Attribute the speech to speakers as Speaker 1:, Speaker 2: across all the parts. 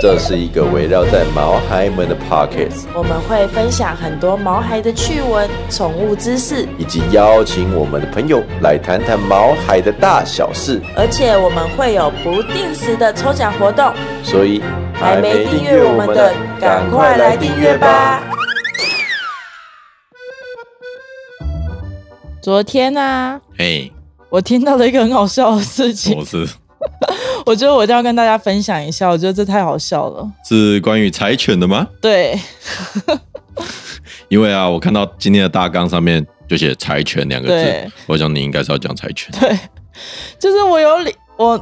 Speaker 1: 这是一个围绕在毛孩们的 Pockets，
Speaker 2: 我们会分享很多毛孩的趣闻、宠物知识，
Speaker 1: 以及邀请我们的朋友来谈谈毛孩的大小事。
Speaker 2: 而且我们会有不定时的抽奖活动。
Speaker 1: 所以
Speaker 2: 还没订阅我们的，赶快来订阅吧！！昨天呢、
Speaker 3: 哎，
Speaker 2: 我听到了一个很好笑的事 情
Speaker 3: 我，是
Speaker 2: 我觉得我一定要跟大家分享一下，我觉得这太好笑了。
Speaker 3: 是关于柴犬的吗？
Speaker 2: 对，
Speaker 3: 因为啊，我看到今天的大纲上面就写“柴犬”两个
Speaker 2: 对
Speaker 3: 字，我想你应该是要讲柴犬。
Speaker 2: 就是我有理，我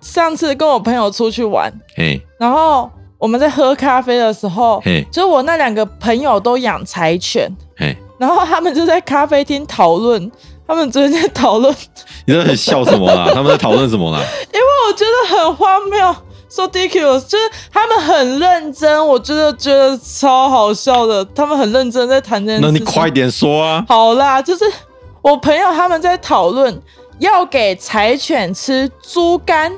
Speaker 2: 上次跟我朋友出去玩，
Speaker 3: 嘿，
Speaker 2: 然后我们在喝咖啡的时候
Speaker 3: 嘿，
Speaker 2: 就我那两个朋友都养柴犬，
Speaker 3: 嘿，
Speaker 2: 然后他们就在咖啡厅讨论，他们昨天在讨论，
Speaker 3: 你在笑什么啦？他 们在讨论什么啦？
Speaker 2: 因为我觉得很荒谬。So ridiculous，就是他们很认真，我真的觉得超好笑的。他们很认真在谈这件事
Speaker 3: 那
Speaker 2: 情。
Speaker 3: 你快点说啊！
Speaker 2: 好啦，就是我朋友他们在讨论要给柴犬吃猪肝，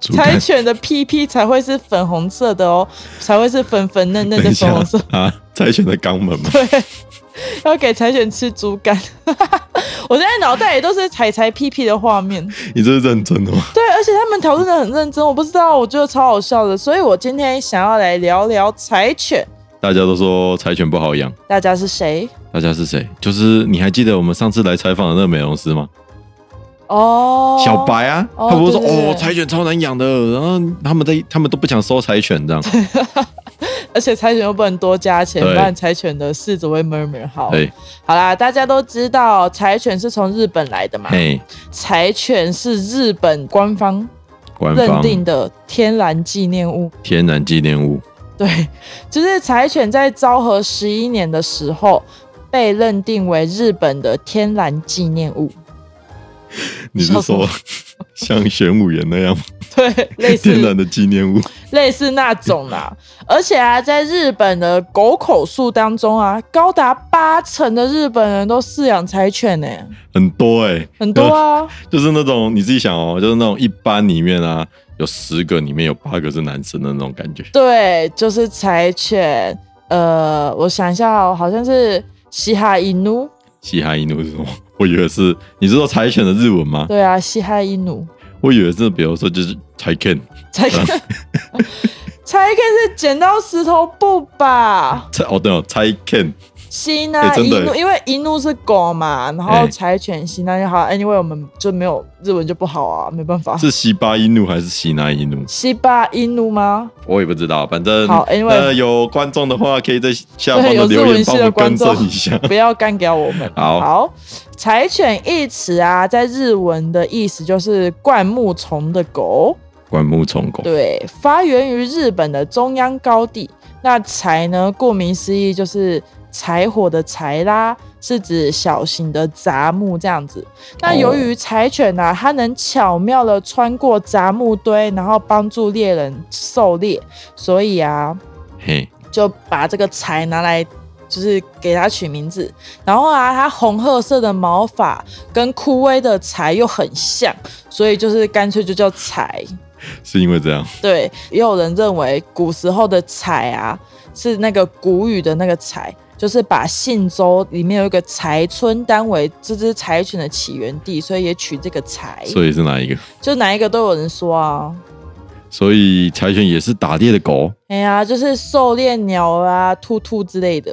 Speaker 3: 主
Speaker 2: 柴
Speaker 3: 干
Speaker 2: 犬的屁屁才会是粉红色的哦，才会是粉粉嫩嫩
Speaker 3: 等
Speaker 2: 的
Speaker 3: 一下
Speaker 2: 粉红色。
Speaker 3: 啊，柴犬的肛门吗？
Speaker 2: 要给柴犬吃猪肝， 我现在脑袋里都是柴柴屁屁的画面。
Speaker 3: 你这是认真的吗？
Speaker 2: 对，而且他们讨论的很认真，我不知道，我觉得超好笑的。所以我今天想要来聊聊柴犬，
Speaker 3: 大家都说柴犬不好养，
Speaker 2: 大家是谁？
Speaker 3: 大家是谁？就是你还记得我们上次来采访的那个美容师吗？
Speaker 2: 哦，
Speaker 3: 小，白啊，
Speaker 2: 哦
Speaker 3: 他不是说
Speaker 2: 对对对
Speaker 3: 哦，柴犬超难养的，然后他们在他们都不想收柴犬这 样。
Speaker 2: 而且柴犬又不能多加钱，不
Speaker 3: 对
Speaker 2: 然柴犬的柿子会 murmur。好，
Speaker 3: 对，
Speaker 2: 好啦，大家都知道柴犬是从日本来的嘛，
Speaker 3: 嘿，
Speaker 2: 柴犬是日本官方
Speaker 3: 官
Speaker 2: 认
Speaker 3: 方
Speaker 2: 定的天然纪念物。
Speaker 3: 天然纪念物。
Speaker 2: 对，就是柴犬在昭和十一年的时候被认定为日本的天然纪念物，
Speaker 3: 你是
Speaker 2: 笑死
Speaker 3: 说
Speaker 2: 我
Speaker 3: 像玄武岩那样吗？
Speaker 2: 对，类
Speaker 3: 天然
Speaker 2: 似
Speaker 3: 的纪念物？
Speaker 2: 类似那种 啦。而且啊，在日本的狗口数当中啊，高达八成的日本人都饲养柴犬呢、
Speaker 3: 很多哎、
Speaker 2: 很多啊，
Speaker 3: 就是那种你自己想哦，就是那种一般里面啊，有十个里面有八个是男生的那种感觉。
Speaker 2: 对，就是柴犬。呃，我想一下哦，好像是西哈伊努，
Speaker 3: 西哈伊努是什么？我以为是你知道柴犬的日文吗？
Speaker 2: 对啊，西哈伊努。
Speaker 3: 我以为是比如说就是柴犬，
Speaker 2: 柴犬，柴犬是剪刀石头布吧？
Speaker 3: 柴哦对哦，柴犬
Speaker 2: 西娜、
Speaker 3: 欸真
Speaker 2: 一
Speaker 3: 的
Speaker 2: 怒，
Speaker 3: 欸
Speaker 2: 因为一怒是狗嘛，然后
Speaker 3: 欸
Speaker 2: 柴犬西娜就好。Anyway，我们就没有日文就不好啊，没办法。
Speaker 3: 是西巴伊努还是西南伊努？
Speaker 2: 西巴一怒吗？
Speaker 3: 我也不知道，反正
Speaker 2: 好，anyway
Speaker 3: 呃有观众的话可以在下方
Speaker 2: 对
Speaker 3: 的
Speaker 2: 有
Speaker 3: 留
Speaker 2: 日文
Speaker 3: 言
Speaker 2: 系
Speaker 3: 帮我
Speaker 2: 的
Speaker 3: 们
Speaker 2: 观
Speaker 3: 更
Speaker 2: 众
Speaker 3: 正一下。
Speaker 2: 不要干掉我们。
Speaker 3: 好
Speaker 2: 柴犬一词啊，在日文的意思就是灌木丛的狗。
Speaker 3: 灌木丛狗，
Speaker 2: 对，发源于日本的中央高地。那柴呢，顾名思义就是柴火的柴啦，是指小型的杂木这样子。那由于柴犬呢、啊，它能巧妙的穿过杂木堆，然后帮助猎人狩猎，所以啊，
Speaker 3: 嘿，
Speaker 2: 就把这个柴拿来。就是给它取名字，然后啊，它红褐色的毛发跟枯萎的柴又很像，所以就是干脆就叫柴。
Speaker 3: 是因为这样
Speaker 2: 对，也有人认为古时候的“采”啊，是那个古语的那个“采”，就是把信州里面有一个柴村当为这只柴犬的起源地，所以也取这个“柴
Speaker 3: 所以是哪一个？”。
Speaker 2: 就哪一个都有人说啊。
Speaker 3: 所以柴犬也是打猎的狗。
Speaker 2: 哎呀，就是狩猎鸟啊、兔兔之类的。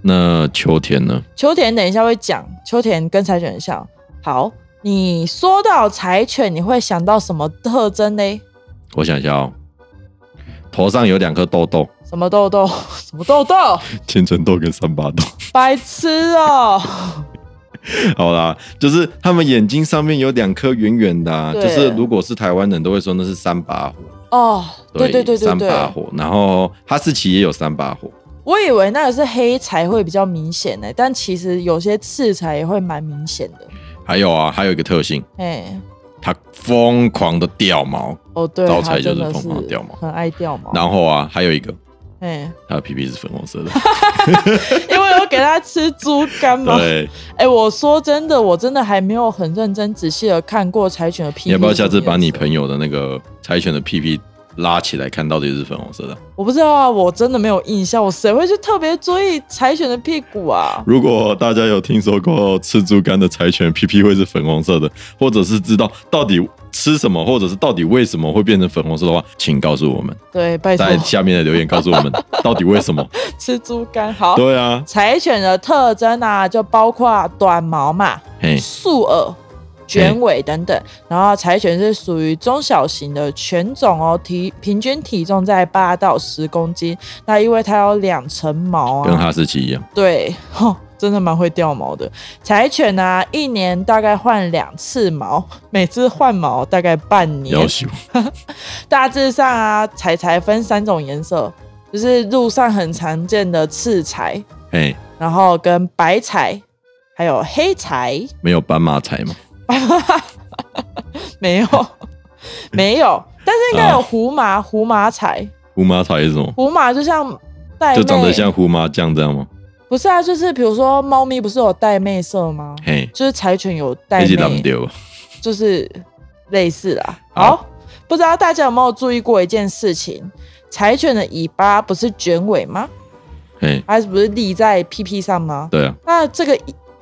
Speaker 3: 那秋田呢？
Speaker 2: 秋田等一下会讲，秋田跟柴犬很像。好，你说到柴犬，你会想到什么特征呢？
Speaker 3: 我想一下哦，头上有两颗痘 痘，
Speaker 2: 什么痘痘？什么痘痘？
Speaker 3: 千层痘跟三八痘。
Speaker 2: 白痴哦、
Speaker 3: 好啦，就是他们眼睛上面有两颗圆圆的、啊，
Speaker 2: 对
Speaker 3: 就是如果是台湾人都会说那是三把火。
Speaker 2: 哦，对对对对
Speaker 3: 三哦
Speaker 2: 对，
Speaker 3: 把火。然后哈士奇也有三把火，
Speaker 2: 我以为那个是黑柴会比较明显欸呢、但其实有些赤柴也会蛮明显的。
Speaker 3: 还有啊，还有一个特性，
Speaker 2: 哎，
Speaker 3: 它疯狂的掉毛，
Speaker 2: 哦，对，
Speaker 3: 招
Speaker 2: 它
Speaker 3: 财就是
Speaker 2: 真的
Speaker 3: 疯狂掉毛
Speaker 2: 很爱掉毛。
Speaker 3: 然后啊，还有一个，
Speaker 2: 哎，
Speaker 3: 它的屁屁是粉红色 的。
Speaker 2: 因为我给它吃猪肝嘛。
Speaker 3: 对，
Speaker 2: 哎，我说真的，我真的还没有很认真仔细的看过柴犬的屁。
Speaker 3: 你要不要下次把你朋？友的那个柴犬的屁屁拉起来，看到底是粉红色的？
Speaker 2: 我不知道啊，我真的没有印象，我谁会去特别注意柴犬的屁股啊？
Speaker 3: 如果大家有听说过吃猪肝的柴犬屁屁会是粉红色的，或者是知道到底吃什么，或者是到底为什么会变成粉红色的话，请告诉我们，
Speaker 2: 对，拜托
Speaker 3: 在，下面的留言告诉我们到底为什么。
Speaker 2: 吃猪肝好。
Speaker 3: 对 啊，
Speaker 2: 柴犬的特征啊，就包括短毛嘛、
Speaker 3: 嘿，
Speaker 2: 竖耳、卷尾等等。然后柴犬是属于中小型的犬种哦，体平均体重在八到十公斤。那因为它有两层毛
Speaker 3: 跟
Speaker 2: 啊，
Speaker 3: 哈士奇一样，
Speaker 2: 对，吼，真的蛮会掉毛的。柴犬呢、啊，一年大概换两次毛，每次换毛大概半年。
Speaker 3: 要求
Speaker 2: 大致上啊，柴柴分三种颜色，就是路上很常见的赤柴，
Speaker 3: 嘿，
Speaker 2: 然后跟白柴，还有黑柴，
Speaker 3: 没有斑马柴 嘛？
Speaker 2: 没有，没有，但是应
Speaker 3: 啊
Speaker 2: 该有胡麻、胡麻柴，
Speaker 3: 胡麻柴是什么？
Speaker 2: 胡麻就像带妹，
Speaker 3: 就长得像胡麻酱这样吗？
Speaker 2: 不是啊，就是比如说猫咪不是有带妹色吗？
Speaker 3: 嘿，
Speaker 2: 就是柴犬有带
Speaker 3: 一起打不
Speaker 2: 妹，
Speaker 3: 掉吧？
Speaker 2: 就是类似啦。
Speaker 3: 好
Speaker 2: 好，不知道大家有没有注意过一件事情，柴犬的尾巴不是卷尾吗？
Speaker 3: 嘿，
Speaker 2: 它不是立在屁屁上吗？
Speaker 3: 对啊，
Speaker 2: 那这个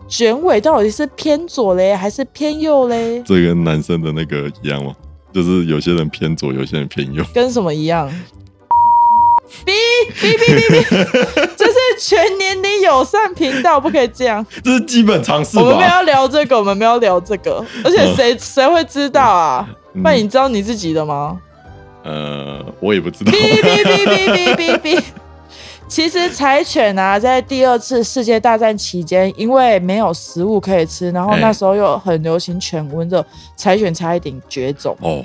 Speaker 2: 卷尾到底是偏左嘞，还是偏右嘞？
Speaker 3: 这跟男生的那个一样吗？就是有些人偏左，有些人偏右。
Speaker 2: 跟什么一样？ 哔哔哔哔 哔，这是全年龄友善频道，不可以这样。
Speaker 3: 这是基本常识
Speaker 2: 我们没有
Speaker 3: 吧？
Speaker 2: 要聊这个，我们没有要聊这个，而且谁谁会知道啊？
Speaker 3: 嗯
Speaker 2: 那你知道你自己的吗？
Speaker 3: 呃，我也不 知道。
Speaker 2: 哔哔哔哔哔哔哔。其实柴犬啊，在第二次世界大战期间，因为没有食物可以吃，然后
Speaker 3: 哎
Speaker 2: 那时候又很流行犬瘟热，柴犬差一点绝种。
Speaker 3: 哦，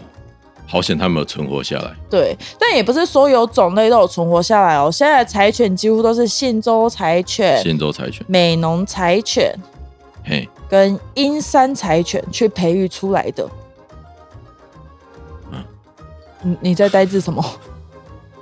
Speaker 3: 好险他们有存活下来。
Speaker 2: 对，但也不是所有种类都有存活下来哦。现在的柴犬几乎都是信州柴犬、
Speaker 3: 仙州柴犬，
Speaker 2: 美浓柴犬
Speaker 3: 嘿，
Speaker 2: 跟阴山柴犬去培育出来的。
Speaker 3: 嗯
Speaker 2: 你你在呆滞什么？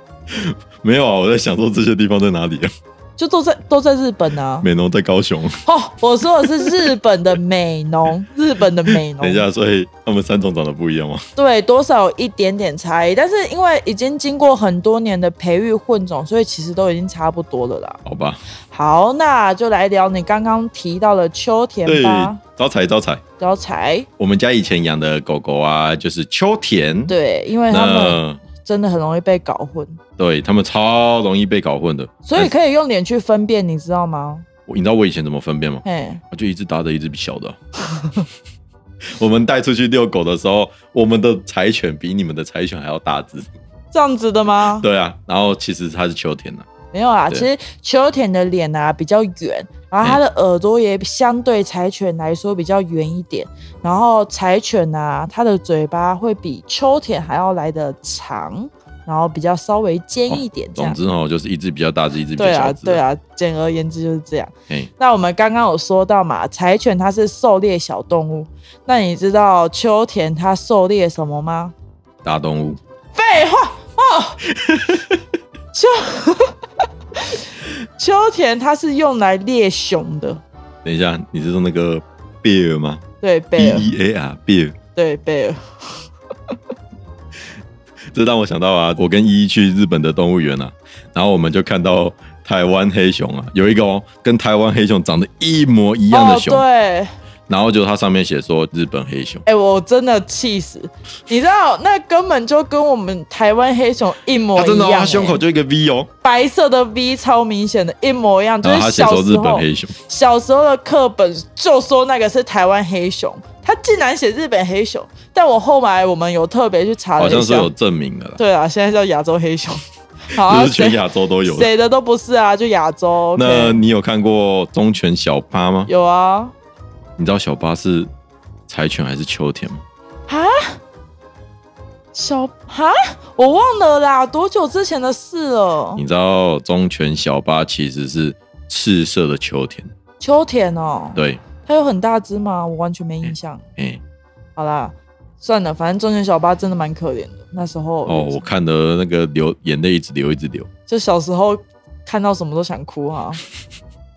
Speaker 3: 没有啊，我在想说这些地方在哪里啊？
Speaker 2: 就都在都在日本啊。
Speaker 3: 美浓在高雄，
Speaker 2: 哦，我说的是日本的美浓，日本的美 浓。
Speaker 3: 等一下，所以他们三种长得不一样吗？
Speaker 2: 对，多少有一点点差异，但是因为已经经过很多年的培育混种，所以其实都已经差不多了啦。
Speaker 3: 好吧，
Speaker 2: 好，那就来聊你刚刚提到的秋
Speaker 3: 对
Speaker 2: 田吧，，
Speaker 3: 招财招财。
Speaker 2: 招财。
Speaker 3: 我们家以前养的狗狗啊，就是秋田，，
Speaker 2: 对，因为他们
Speaker 3: 那
Speaker 2: 真的很容易被搞混，
Speaker 3: 对他们超容易被搞混的。
Speaker 2: 所以可以用脸去分辨，你知道吗？
Speaker 3: 我你知道我以前怎么分辨吗？
Speaker 2: 嘿，
Speaker 3: 啊就一只大的，一只小的啊。 我们带出去遛狗的时候，我们的柴犬比你们的柴犬还要大只。
Speaker 2: 这样子的吗？
Speaker 3: 对啊，然后其实它是秋田的、啊，
Speaker 2: 没有啦，
Speaker 3: 对
Speaker 2: 其实秋田的脸啊比较圆，然后它的耳朵也相对柴犬来说比较圆一点，然后柴犬啊，它的嘴巴会比秋田还要来的长，然后比较稍微尖一点这样。
Speaker 3: 总之哦，就是一只比较大只，一只比较
Speaker 2: 对啊
Speaker 3: 小，只。
Speaker 2: 对，啊，简而言之就是这样。
Speaker 3: 嘿，
Speaker 2: 那我们刚刚有说到嘛，柴犬它是狩猎小动物，那你知道秋田它狩猎什么吗？
Speaker 3: 大动物。
Speaker 2: 废话哦， 秋秋田它是用来猎熊的，
Speaker 3: 等一下，你是说那个 bear 吗
Speaker 2: 对贝
Speaker 3: ？B
Speaker 2: 尔，
Speaker 3: E A R bear，
Speaker 2: 对贝尔，
Speaker 3: 这让我想到啊，我跟依依去日本的动物园啊，然后我们就看到台湾黑熊啊，有一个哦，跟台湾黑熊长得一模一样的熊，
Speaker 2: 哦、对，
Speaker 3: 然后就它上面写说日本黑熊，
Speaker 2: 哎、我真的气死！你知道，那根本就跟我们台湾黑熊一模
Speaker 3: 它
Speaker 2: 一
Speaker 3: 真的、哦、
Speaker 2: 样、
Speaker 3: 它胸口
Speaker 2: 哎
Speaker 3: 就一个 V 哦，
Speaker 2: 白色的 V 超明显的，一模一样，就
Speaker 3: 然后啊它
Speaker 2: 是
Speaker 3: 写
Speaker 2: 小
Speaker 3: 说日
Speaker 2: 时
Speaker 3: 本
Speaker 2: 候
Speaker 3: 黑熊，
Speaker 2: 小时候的课本就说那个是台湾黑熊，他竟然写日本黑熊，但我后来我们有特别去查了
Speaker 3: 好
Speaker 2: 一
Speaker 3: 像是
Speaker 2: 下
Speaker 3: 有，证明的啦，
Speaker 2: 啊对啊，现在叫亚洲 黑熊，好啊，
Speaker 3: 就是全
Speaker 2: 谁
Speaker 3: 亚洲都有的。
Speaker 2: 谁的都 不是啊，就亚洲。
Speaker 3: 那
Speaker 2: OK
Speaker 3: 你有看过忠犬小八吗？
Speaker 2: 有啊
Speaker 3: 你知道小八是柴犬还是秋田吗？
Speaker 2: 啊，小哈，我忘了啦，多久之前的事了？
Speaker 3: 你知道忠犬小八其实是赤色的秋田，
Speaker 2: 秋田哦，
Speaker 3: 对，
Speaker 2: 它有很大只吗？我完全没印象。
Speaker 3: 哎、
Speaker 2: 好啦，算了，反正中年小八真的蛮可怜的。那时候
Speaker 3: 哦，我看的那个流眼泪一直流一直流。
Speaker 2: 就小时候看到什么都想哭啊，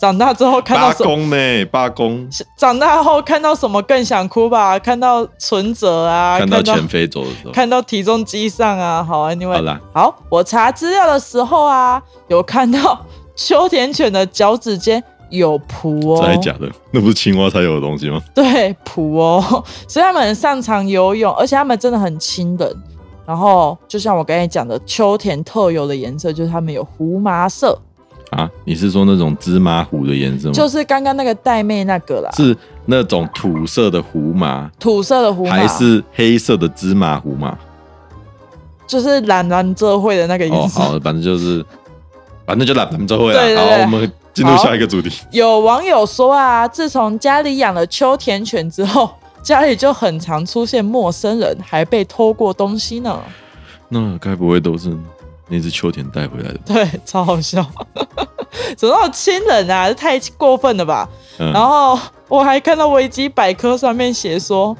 Speaker 2: 长大之后看到
Speaker 3: 八
Speaker 2: 什么，
Speaker 3: 公呢？八公，
Speaker 2: 长大后看到什么更想哭吧？看到存折啊，
Speaker 3: 看到
Speaker 2: 看到
Speaker 3: 钱飞走的时候，
Speaker 2: 看到体重机上啊，好，anyway，
Speaker 3: 好啦，
Speaker 2: 好，我查资料的时候啊，有看到秋田犬的脚趾尖有蹼哦，
Speaker 3: 真的假的？那不是青蛙才有的东西吗？
Speaker 2: 对，蹼哦， 所以他们很擅长游泳，而且他们真的很亲人。然后，就像我刚才讲的，秋田特有的颜色就是他们有胡麻色，
Speaker 3: 啊，你是说那种芝麻糊的颜色吗？
Speaker 2: 就是刚刚那个带妹那个啦，
Speaker 3: 是那种土色的胡麻，
Speaker 2: 土色的胡麻，
Speaker 3: 还是黑色的芝麻糊麻？
Speaker 2: 就是蓝蓝遮会的那个
Speaker 3: 哦，
Speaker 2: 颜色。
Speaker 3: 好，反正就是，反正就懒们这会了。
Speaker 2: 对对
Speaker 3: 好，
Speaker 2: 对
Speaker 3: 我们进入
Speaker 2: 好
Speaker 3: 下一个主题。
Speaker 2: 有网友说啊，自从家里养了秋田犬之后，家里就很常出现陌生人，还被偷过东西呢。
Speaker 3: 那该不会都是那只秋田带回来的吧？
Speaker 2: 对，超好笑。 怎么那么亲人啊？这太过分了吧！
Speaker 3: 嗯，
Speaker 2: 然后我还看到维基百科上面写说，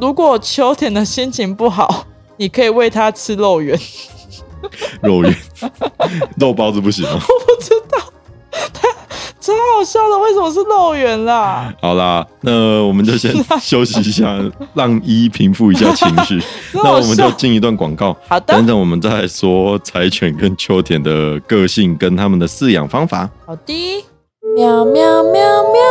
Speaker 2: 如果秋田的心情不好，你可以喂它吃肉圆。
Speaker 3: 肉圆、 肉包子不行吗？
Speaker 2: 超好笑的，为什么是肉圆啦？
Speaker 3: 好啦，那我们就先休息一下，让一平复一下情绪。
Speaker 2: 真
Speaker 3: 那
Speaker 2: 好
Speaker 3: 我们就
Speaker 2: 笑。
Speaker 3: 进一段广告。
Speaker 2: 好的
Speaker 3: 等，等，我们再来说柴犬跟秋田的个性跟他们的饲养方法。
Speaker 2: 好的。喵喵喵喵。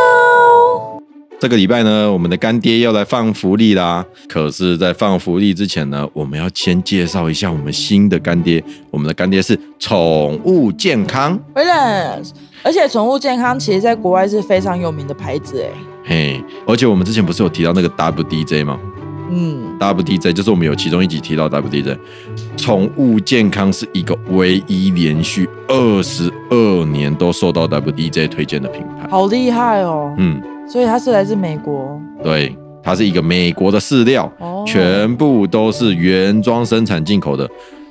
Speaker 3: 这个礼拜呢，我们的干爹要来放福利啦。可是，在放福利之前呢，我们要先介绍一下我们新的干爹。我们的干爹是宠物健康，
Speaker 2: 威廉，而且宠物健康其实在国外是非常有名的牌子，哎，
Speaker 3: 嘿，而且我们之前不是有提到那个 WDJ 吗
Speaker 2: 嗯，
Speaker 3: ？WDJ 就是我们有其中一集提到 WDJ，宠物健康是一个唯一连续二十二年都受到 WDJ 推荐的品牌。
Speaker 2: 好厉害哦。
Speaker 3: 嗯，
Speaker 2: 所以它是来自美国
Speaker 3: 对，它是一个美国的饲料，
Speaker 2: 哦，
Speaker 3: 全部都是原装生产进口的，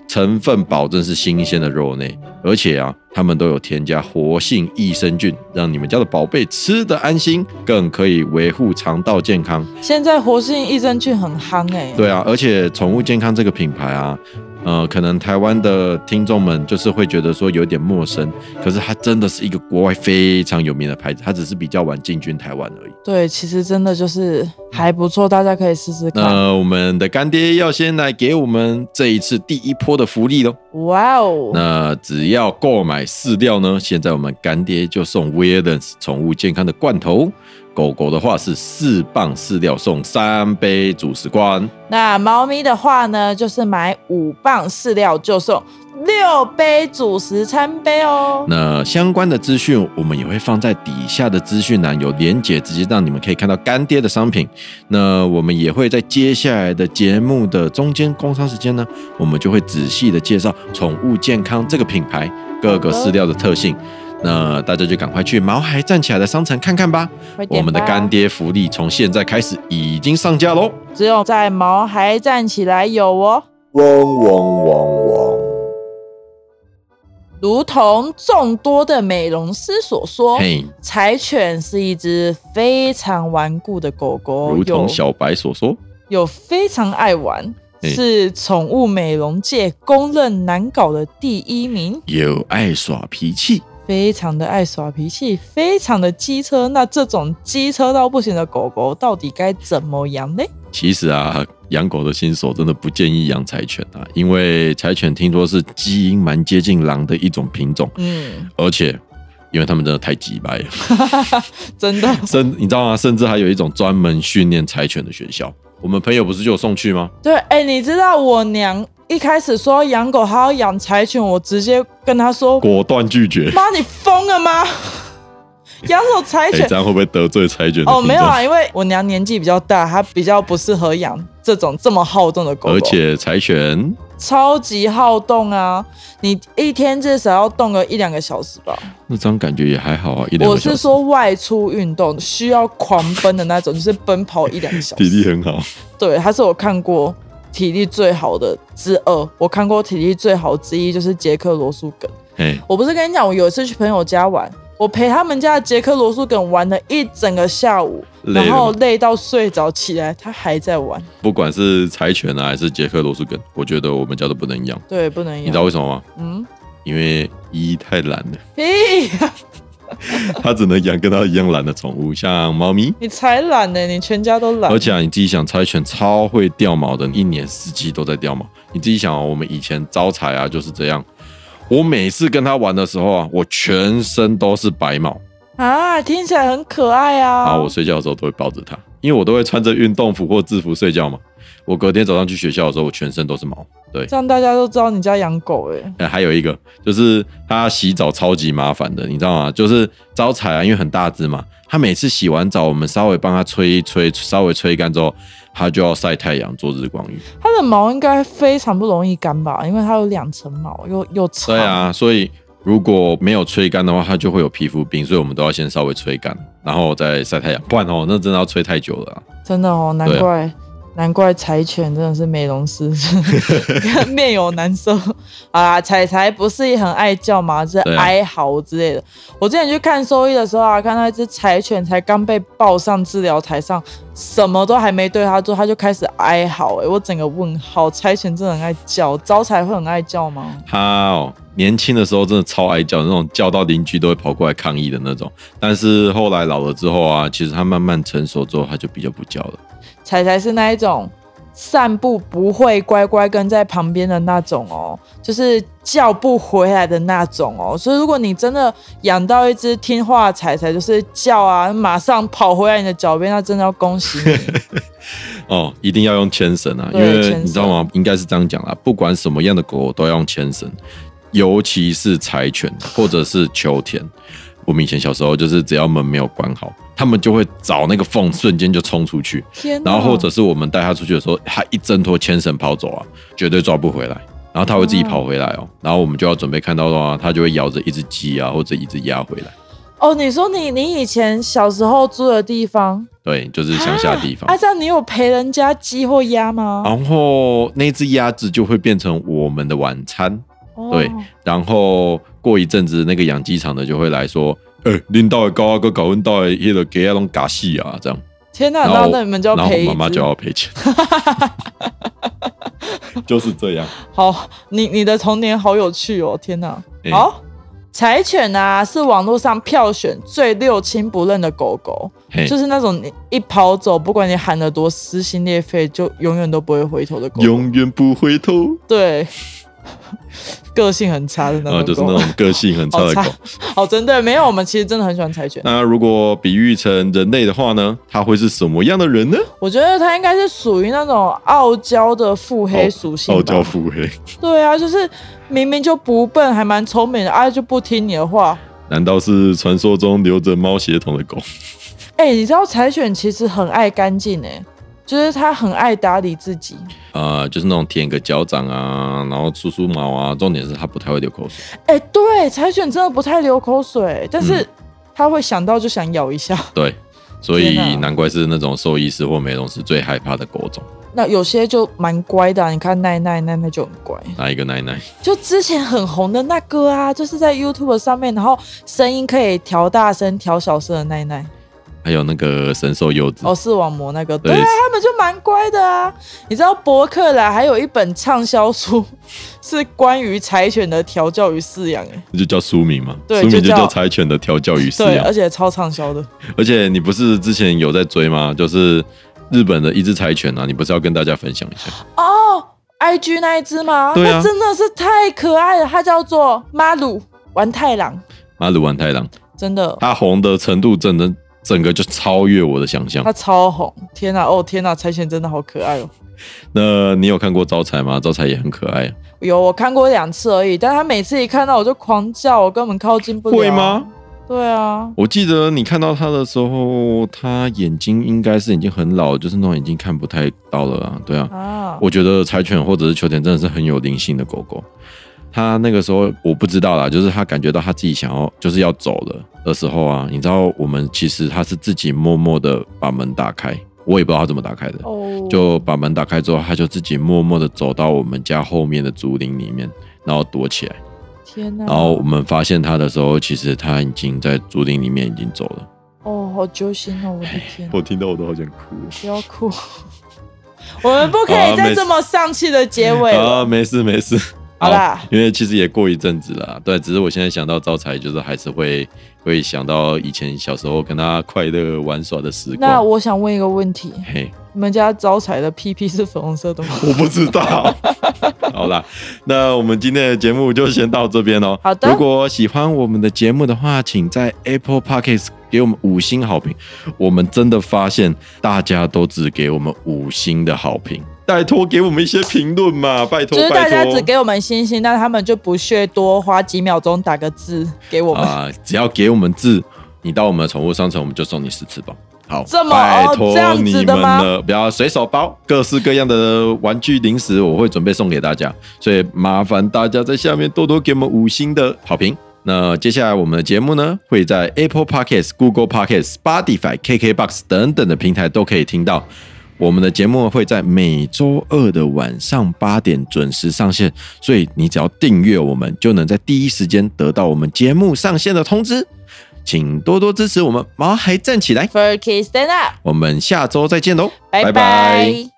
Speaker 3: 成分保证是新鲜的肉类，而且啊，他们都有添加活性益生菌，让你们家的宝贝吃得安心，更可以维护肠道健康。
Speaker 2: 现在活性益生菌很夯哎，
Speaker 3: 对啊，而且宠物健康这个品牌啊。呃，可能台湾的听众们就是会觉得说有点陌生，可是它真的是一个国外非常有名的牌子，它只是比较晚进军台湾而已。
Speaker 2: 对，其实真的就是还不错，大家可以试试看。
Speaker 3: 那我们的干爹要先来给我们这一次第一波的福利喽。
Speaker 2: 哇哦，
Speaker 3: 那只要购买饲料呢，现在我们干爹就送 Weirdness 宠物健康的罐头。狗狗的话是四磅饲料送三杯主食罐，
Speaker 2: 那猫咪的话呢，就是买五磅饲料就送六杯主食餐杯哦。
Speaker 3: 那相关的资讯我们也会放在底下的资讯栏有连结，直接让你们可以看到干爹的商品。那我们也会在接下来的节目的中间工商时间呢，我们就会仔细的介绍宠物健康这个品牌各个饲料的特性。那大家就赶快去毛孩站起来的商城看看吧。
Speaker 2: 快点
Speaker 3: 我们的
Speaker 2: 吧
Speaker 3: 干爹福利从现在开始已经上架喽。
Speaker 2: 只有在毛孩站起来有哦，
Speaker 1: 嗡嗡嗡嗡。
Speaker 2: 如同众多的美容师所说。
Speaker 3: 嘿，
Speaker 2: 柴犬是一只非常顽固的狗狗，
Speaker 3: 如同
Speaker 2: 有
Speaker 3: 小白所说，
Speaker 2: 有非常爱玩，
Speaker 3: 嗯
Speaker 2: 是宠物美容界公认难搞的第一名，
Speaker 3: 有爱耍脾气。
Speaker 2: 非常的爱耍脾气，非常的机车。那这种机车到不行的狗狗，到底该怎么养呢？
Speaker 3: 其实啊，养狗的新手真的不建议养柴犬啊，因为柴犬听说是基因蛮接近狼的一种品种，
Speaker 2: 嗯，
Speaker 3: 而且因为它们真的太鸡掰了，
Speaker 2: 真的，
Speaker 3: 甚你知道吗？甚至还有一种专门训练柴犬的学校，我们朋友不是就有送去吗？
Speaker 2: 对，哎、你知道我娘一开始说要养狗还要养柴犬，我直接跟她说
Speaker 3: 果哎断拒绝：“。
Speaker 2: 妈，你疯 了吗？养什么柴
Speaker 3: 哎、
Speaker 2: 犬？”
Speaker 3: 这样会不会得罪柴犬的听众？
Speaker 2: 哦，没有啊，因为我娘年纪比较大，她比较不适合养这种这么好动的狗狗，
Speaker 3: 而且柴犬
Speaker 2: 超级好动啊！你一天至少要动个一两个小时吧。
Speaker 3: 那张感觉也还好啊，一两
Speaker 2: 我
Speaker 3: 个小
Speaker 2: 是
Speaker 3: 时，
Speaker 2: 说外出运动需要狂奔的那种，就是奔跑一两个 小
Speaker 3: 体力
Speaker 2: 时。
Speaker 3: 很好。
Speaker 2: 对，她是我看过体力最好的之二，我看过体力最好之一就是杰克罗素梗。
Speaker 3: 哎，
Speaker 2: 我不是跟你讲，我有一次去朋友家玩，我陪他们家的杰克罗素梗玩了一整个下午，
Speaker 3: 累了
Speaker 2: 然后累到睡着起来，他还在玩。
Speaker 3: 不管是柴犬啊，还是杰克罗素梗，我觉得我们家都不能养。
Speaker 2: 对，不能
Speaker 3: 你知道
Speaker 2: 养。
Speaker 3: 为什么吗？
Speaker 2: 嗯，
Speaker 3: 因为依依太懒了，
Speaker 2: 屁呀、
Speaker 3: 它只能养跟它一样懒的宠物，像猫咪。
Speaker 2: 你才懒呢、你全家都懒
Speaker 3: 而。且、啊、你自己想，柴犬超会掉毛的，一年四季都在掉毛。你自己想、哦，我们以前招财啊就是这样。我每次跟它玩的时候啊，我全身都是白毛，
Speaker 2: 啊，听起来很可爱啊！
Speaker 3: 然后我睡觉的时候都会抱着它，因为我都会穿着运动服或制服睡觉嘛。我隔天早上去学校的时候，我全身都是毛。对，
Speaker 2: 这样大家都知道你家养狗哎、
Speaker 3: 呃，还有一个就是它洗澡超级麻烦的，你知道吗？就是招财啊，因为很大只嘛，它每次洗完澡，我们稍微帮它吹一吹，稍微吹干之后，它就要晒太阳做日光浴。
Speaker 2: 它的毛应该非常不容易干吧？因为它有两层毛，又又长。
Speaker 3: 对，啊，所以如果没有吹干的话，它就会有皮肤病，所以我们都要先稍微吹干，然后再晒太阳，不然哦，那真的要吹太久了啊、
Speaker 2: 真的哦，难
Speaker 3: 对啊
Speaker 2: 怪、难怪柴犬真的是美容师， 面有难色 啊！柴柴不是很爱叫吗？就是
Speaker 3: 对啊
Speaker 2: 哀嚎之类的。我之前去看兽医的时候啊，看到一只柴犬才刚被抱上治疗台上，什么都还没对它做，它就开始哀嚎、欸。我整个问号，柴犬真的很爱叫，招财会很爱叫吗？
Speaker 3: 它哦，年轻的时候真的超爱叫，那种叫到邻居都会跑过来抗议的那种。但是后来老了之后啊，其实它慢慢成熟之后，它就比较不叫了。
Speaker 2: 彩彩是那一种散步不会乖乖跟在旁边的那种哦，就是叫不回来的那种哦。所以如果你真的养到一只听话的彩彩，就是叫啊，马上跑回来你的脚边，那真的要恭喜 你。
Speaker 3: 哦，一定要用牵绳啊，因
Speaker 2: 对牵
Speaker 3: 为
Speaker 2: 绳
Speaker 3: 你知道吗？应该是这样讲啦，不管什么样的狗都要用牵绳，尤其是柴犬啊或者是秋田。我们以前小时候就是只要门没有关好，它们就会找那个缝瞬间就冲出去，
Speaker 2: 天哪，
Speaker 3: 然后或者是我们带它出去的时候，它一挣脱牵绳跑走啊，绝对抓不回来。然后它会自己跑回来哦，然后我们就要准备看到的话，它就会摇着一只鸡啊或者一只鸭回来。
Speaker 2: 哦，你说你你以前小时候住的地方
Speaker 3: 对，就是乡下地方
Speaker 2: 啊，。这样你有陪人家鸡或鸭吗？
Speaker 3: 然后那只鸭子就会变成我们的晚餐。
Speaker 2: 哦
Speaker 3: 对，然后过一阵子，那个养鸡场的就会来说：“呃、恁到的高啊，个搞阮到的迄个鸡啊拢假死啊，这样。
Speaker 2: 天”哪，
Speaker 3: 然
Speaker 2: 那
Speaker 3: 后
Speaker 2: 那你们就要
Speaker 3: 然后
Speaker 2: 陪一
Speaker 3: 妈妈
Speaker 2: 只
Speaker 3: 就要赔 钱，就是这样。
Speaker 2: 好，你你的童年好有趣哦！天哪，
Speaker 3: 哎
Speaker 2: 好，柴犬啊是网络上票选最六亲不认的狗狗，
Speaker 3: 嘿，
Speaker 2: 就是那种你一跑走，不管你喊得多撕心裂肺，就永远都不会回头的狗狗。
Speaker 3: 永远不回头，
Speaker 2: 对， 个性很差的那
Speaker 3: 然后呃
Speaker 2: 种
Speaker 3: 哦就是
Speaker 2: 狗，
Speaker 3: 那种个性很 差
Speaker 2: 好
Speaker 3: 的
Speaker 2: 差
Speaker 3: 狗。，
Speaker 2: 好针对。没有，我们其实真的很喜欢柴犬。
Speaker 3: 那如果比喻成人类的话呢，它会是什么样的人呢？
Speaker 2: 我觉得它应该是属于那种傲娇的腹黑属性
Speaker 3: 哦傲
Speaker 2: 吧。
Speaker 3: 娇腹黑，
Speaker 2: 对啊，就是明明就不笨，还蛮聪明的，啊就不听你的话。
Speaker 3: 难道是传说中留着猫血统的狗？
Speaker 2: 哎、你知道柴犬其实很爱干净哎，就是它很爱打理自己。
Speaker 3: 呃，就是那种舔个脚掌啊，然后梳梳毛啊，重点是它不太会流口水。
Speaker 2: 哎、对，柴犬真的不太流口水，但是它会想到就想咬一下。
Speaker 3: 对，所
Speaker 2: 天
Speaker 3: 以
Speaker 2: 哪
Speaker 3: 难怪是那种兽医师或美容师最害怕的狗种。
Speaker 2: 那有些就蛮乖的啊、你看奈奈奈奈就很乖，
Speaker 3: 哪一个奶奶？
Speaker 2: 就之前很红的那个啊，就是在 YouTube 上面，然后声音可以调大声、调小声的奈奈，
Speaker 3: 还有那个神兽柚子，
Speaker 2: 哦，视网膜那个，对
Speaker 3: 对
Speaker 2: 啊，他们就蛮乖的啊。你知道博客来还有一本畅销书 是关于柴犬的调教与饲养哎，
Speaker 3: 那就叫书名嘛。
Speaker 2: 对
Speaker 3: 书名
Speaker 2: 就
Speaker 3: 就
Speaker 2: 叫
Speaker 3: 叫柴犬的调教与饲
Speaker 2: 对，呃而
Speaker 3: 养。
Speaker 2: 且超畅销的。
Speaker 3: 而且你不是之前有在追吗？就是日本的一只柴犬啊，你不是要跟大家分享一下？
Speaker 2: 哦，IG 那一只吗？
Speaker 3: 对啊
Speaker 2: 它真的是太可爱了，它叫做马鲁丸太郎，
Speaker 3: 马鲁丸太郎，
Speaker 2: 真的，
Speaker 3: 它红的程度真的整个就超越我的想象
Speaker 2: 它。超红，天哪、哦天哪、柴犬真的好可爱哦。
Speaker 3: 那你有看过招财吗？招财也很可爱，
Speaker 2: 有我看过两次而已，但它每次一看到我就狂叫，我根本靠近不了。
Speaker 3: 会吗？？
Speaker 2: 对啊，
Speaker 3: 我记得你看到它的时候，它眼睛应该是已经很老，就是那种已经看不太到了啊。对啊，
Speaker 2: 啊，
Speaker 3: 我觉得柴犬或者是秋田真的是很有灵性的狗狗。它那个时候我不知道啦，就是它感觉到它自己想要就是要走了的时候啊，你知道我们其实它是自己默默的把门打开，我也不知道它怎么打开的，
Speaker 2: 哦，
Speaker 3: 就把门打开之后，它就自己默默的走到我们家后面的竹林里面，然后躲起来。
Speaker 2: 天啊哪、
Speaker 3: 然后我们发现他的时候，其实他已经在竹林里面已经走了。
Speaker 2: 哦，好揪心哦，我的天哪，
Speaker 3: 我听到我都好想哭。哦
Speaker 2: 不要哭， 我们不可以
Speaker 3: 好没
Speaker 2: 再
Speaker 3: 事
Speaker 2: 这么丧气的结尾了。
Speaker 3: 啊，没事没事。
Speaker 2: 好啦
Speaker 3: 因为其实也过一阵子了，对，只是我现在想到招财，就是还是会会想到以前小时候跟他快乐玩耍的时
Speaker 2: 那
Speaker 3: 光。
Speaker 2: 我想问一个问题：
Speaker 3: 嘿，
Speaker 2: 你们家招财的屁屁是粉红色的吗？
Speaker 3: 我不知道。 好啦，那我们今天的节目就先到这边哦。
Speaker 2: 好的
Speaker 3: 如果喜欢我们的节目的话，请在 Apple Podcast 给我们五星好评。我们真的发现大家都只给我们五星的好评，拜托给我们一些评论嘛，拜托
Speaker 2: 就是大
Speaker 3: 拜
Speaker 2: 家
Speaker 3: 托
Speaker 2: 只。给我们星星，但他们就不屑多花几秒钟打个字给我们。
Speaker 3: 啊、只要给我们字，你到我们的宠物商城，我们就送你十次包。好，
Speaker 2: 这么
Speaker 3: 拜
Speaker 2: 哦这
Speaker 3: 托
Speaker 2: 样
Speaker 3: 你
Speaker 2: 子
Speaker 3: 们
Speaker 2: 的吗
Speaker 3: 了，不要随手包，各式各样的玩具零食我会准备送给大家，所以麻烦大家在下面多多给我们五星的好评。那接下来我们的节目呢，会在 Apple Podcast、Google Podcast、Spotify、KKBox 等等的平台都可以听到。我们的节目会在每周二的晚上八点准时上线，所以你只要订阅我们，就能在第一时间得到我们节目上线的通知。请多多支持我们，毛孩站起来，
Speaker 2: Furky stand up，
Speaker 3: 我们下周再见喽，
Speaker 2: 拜拜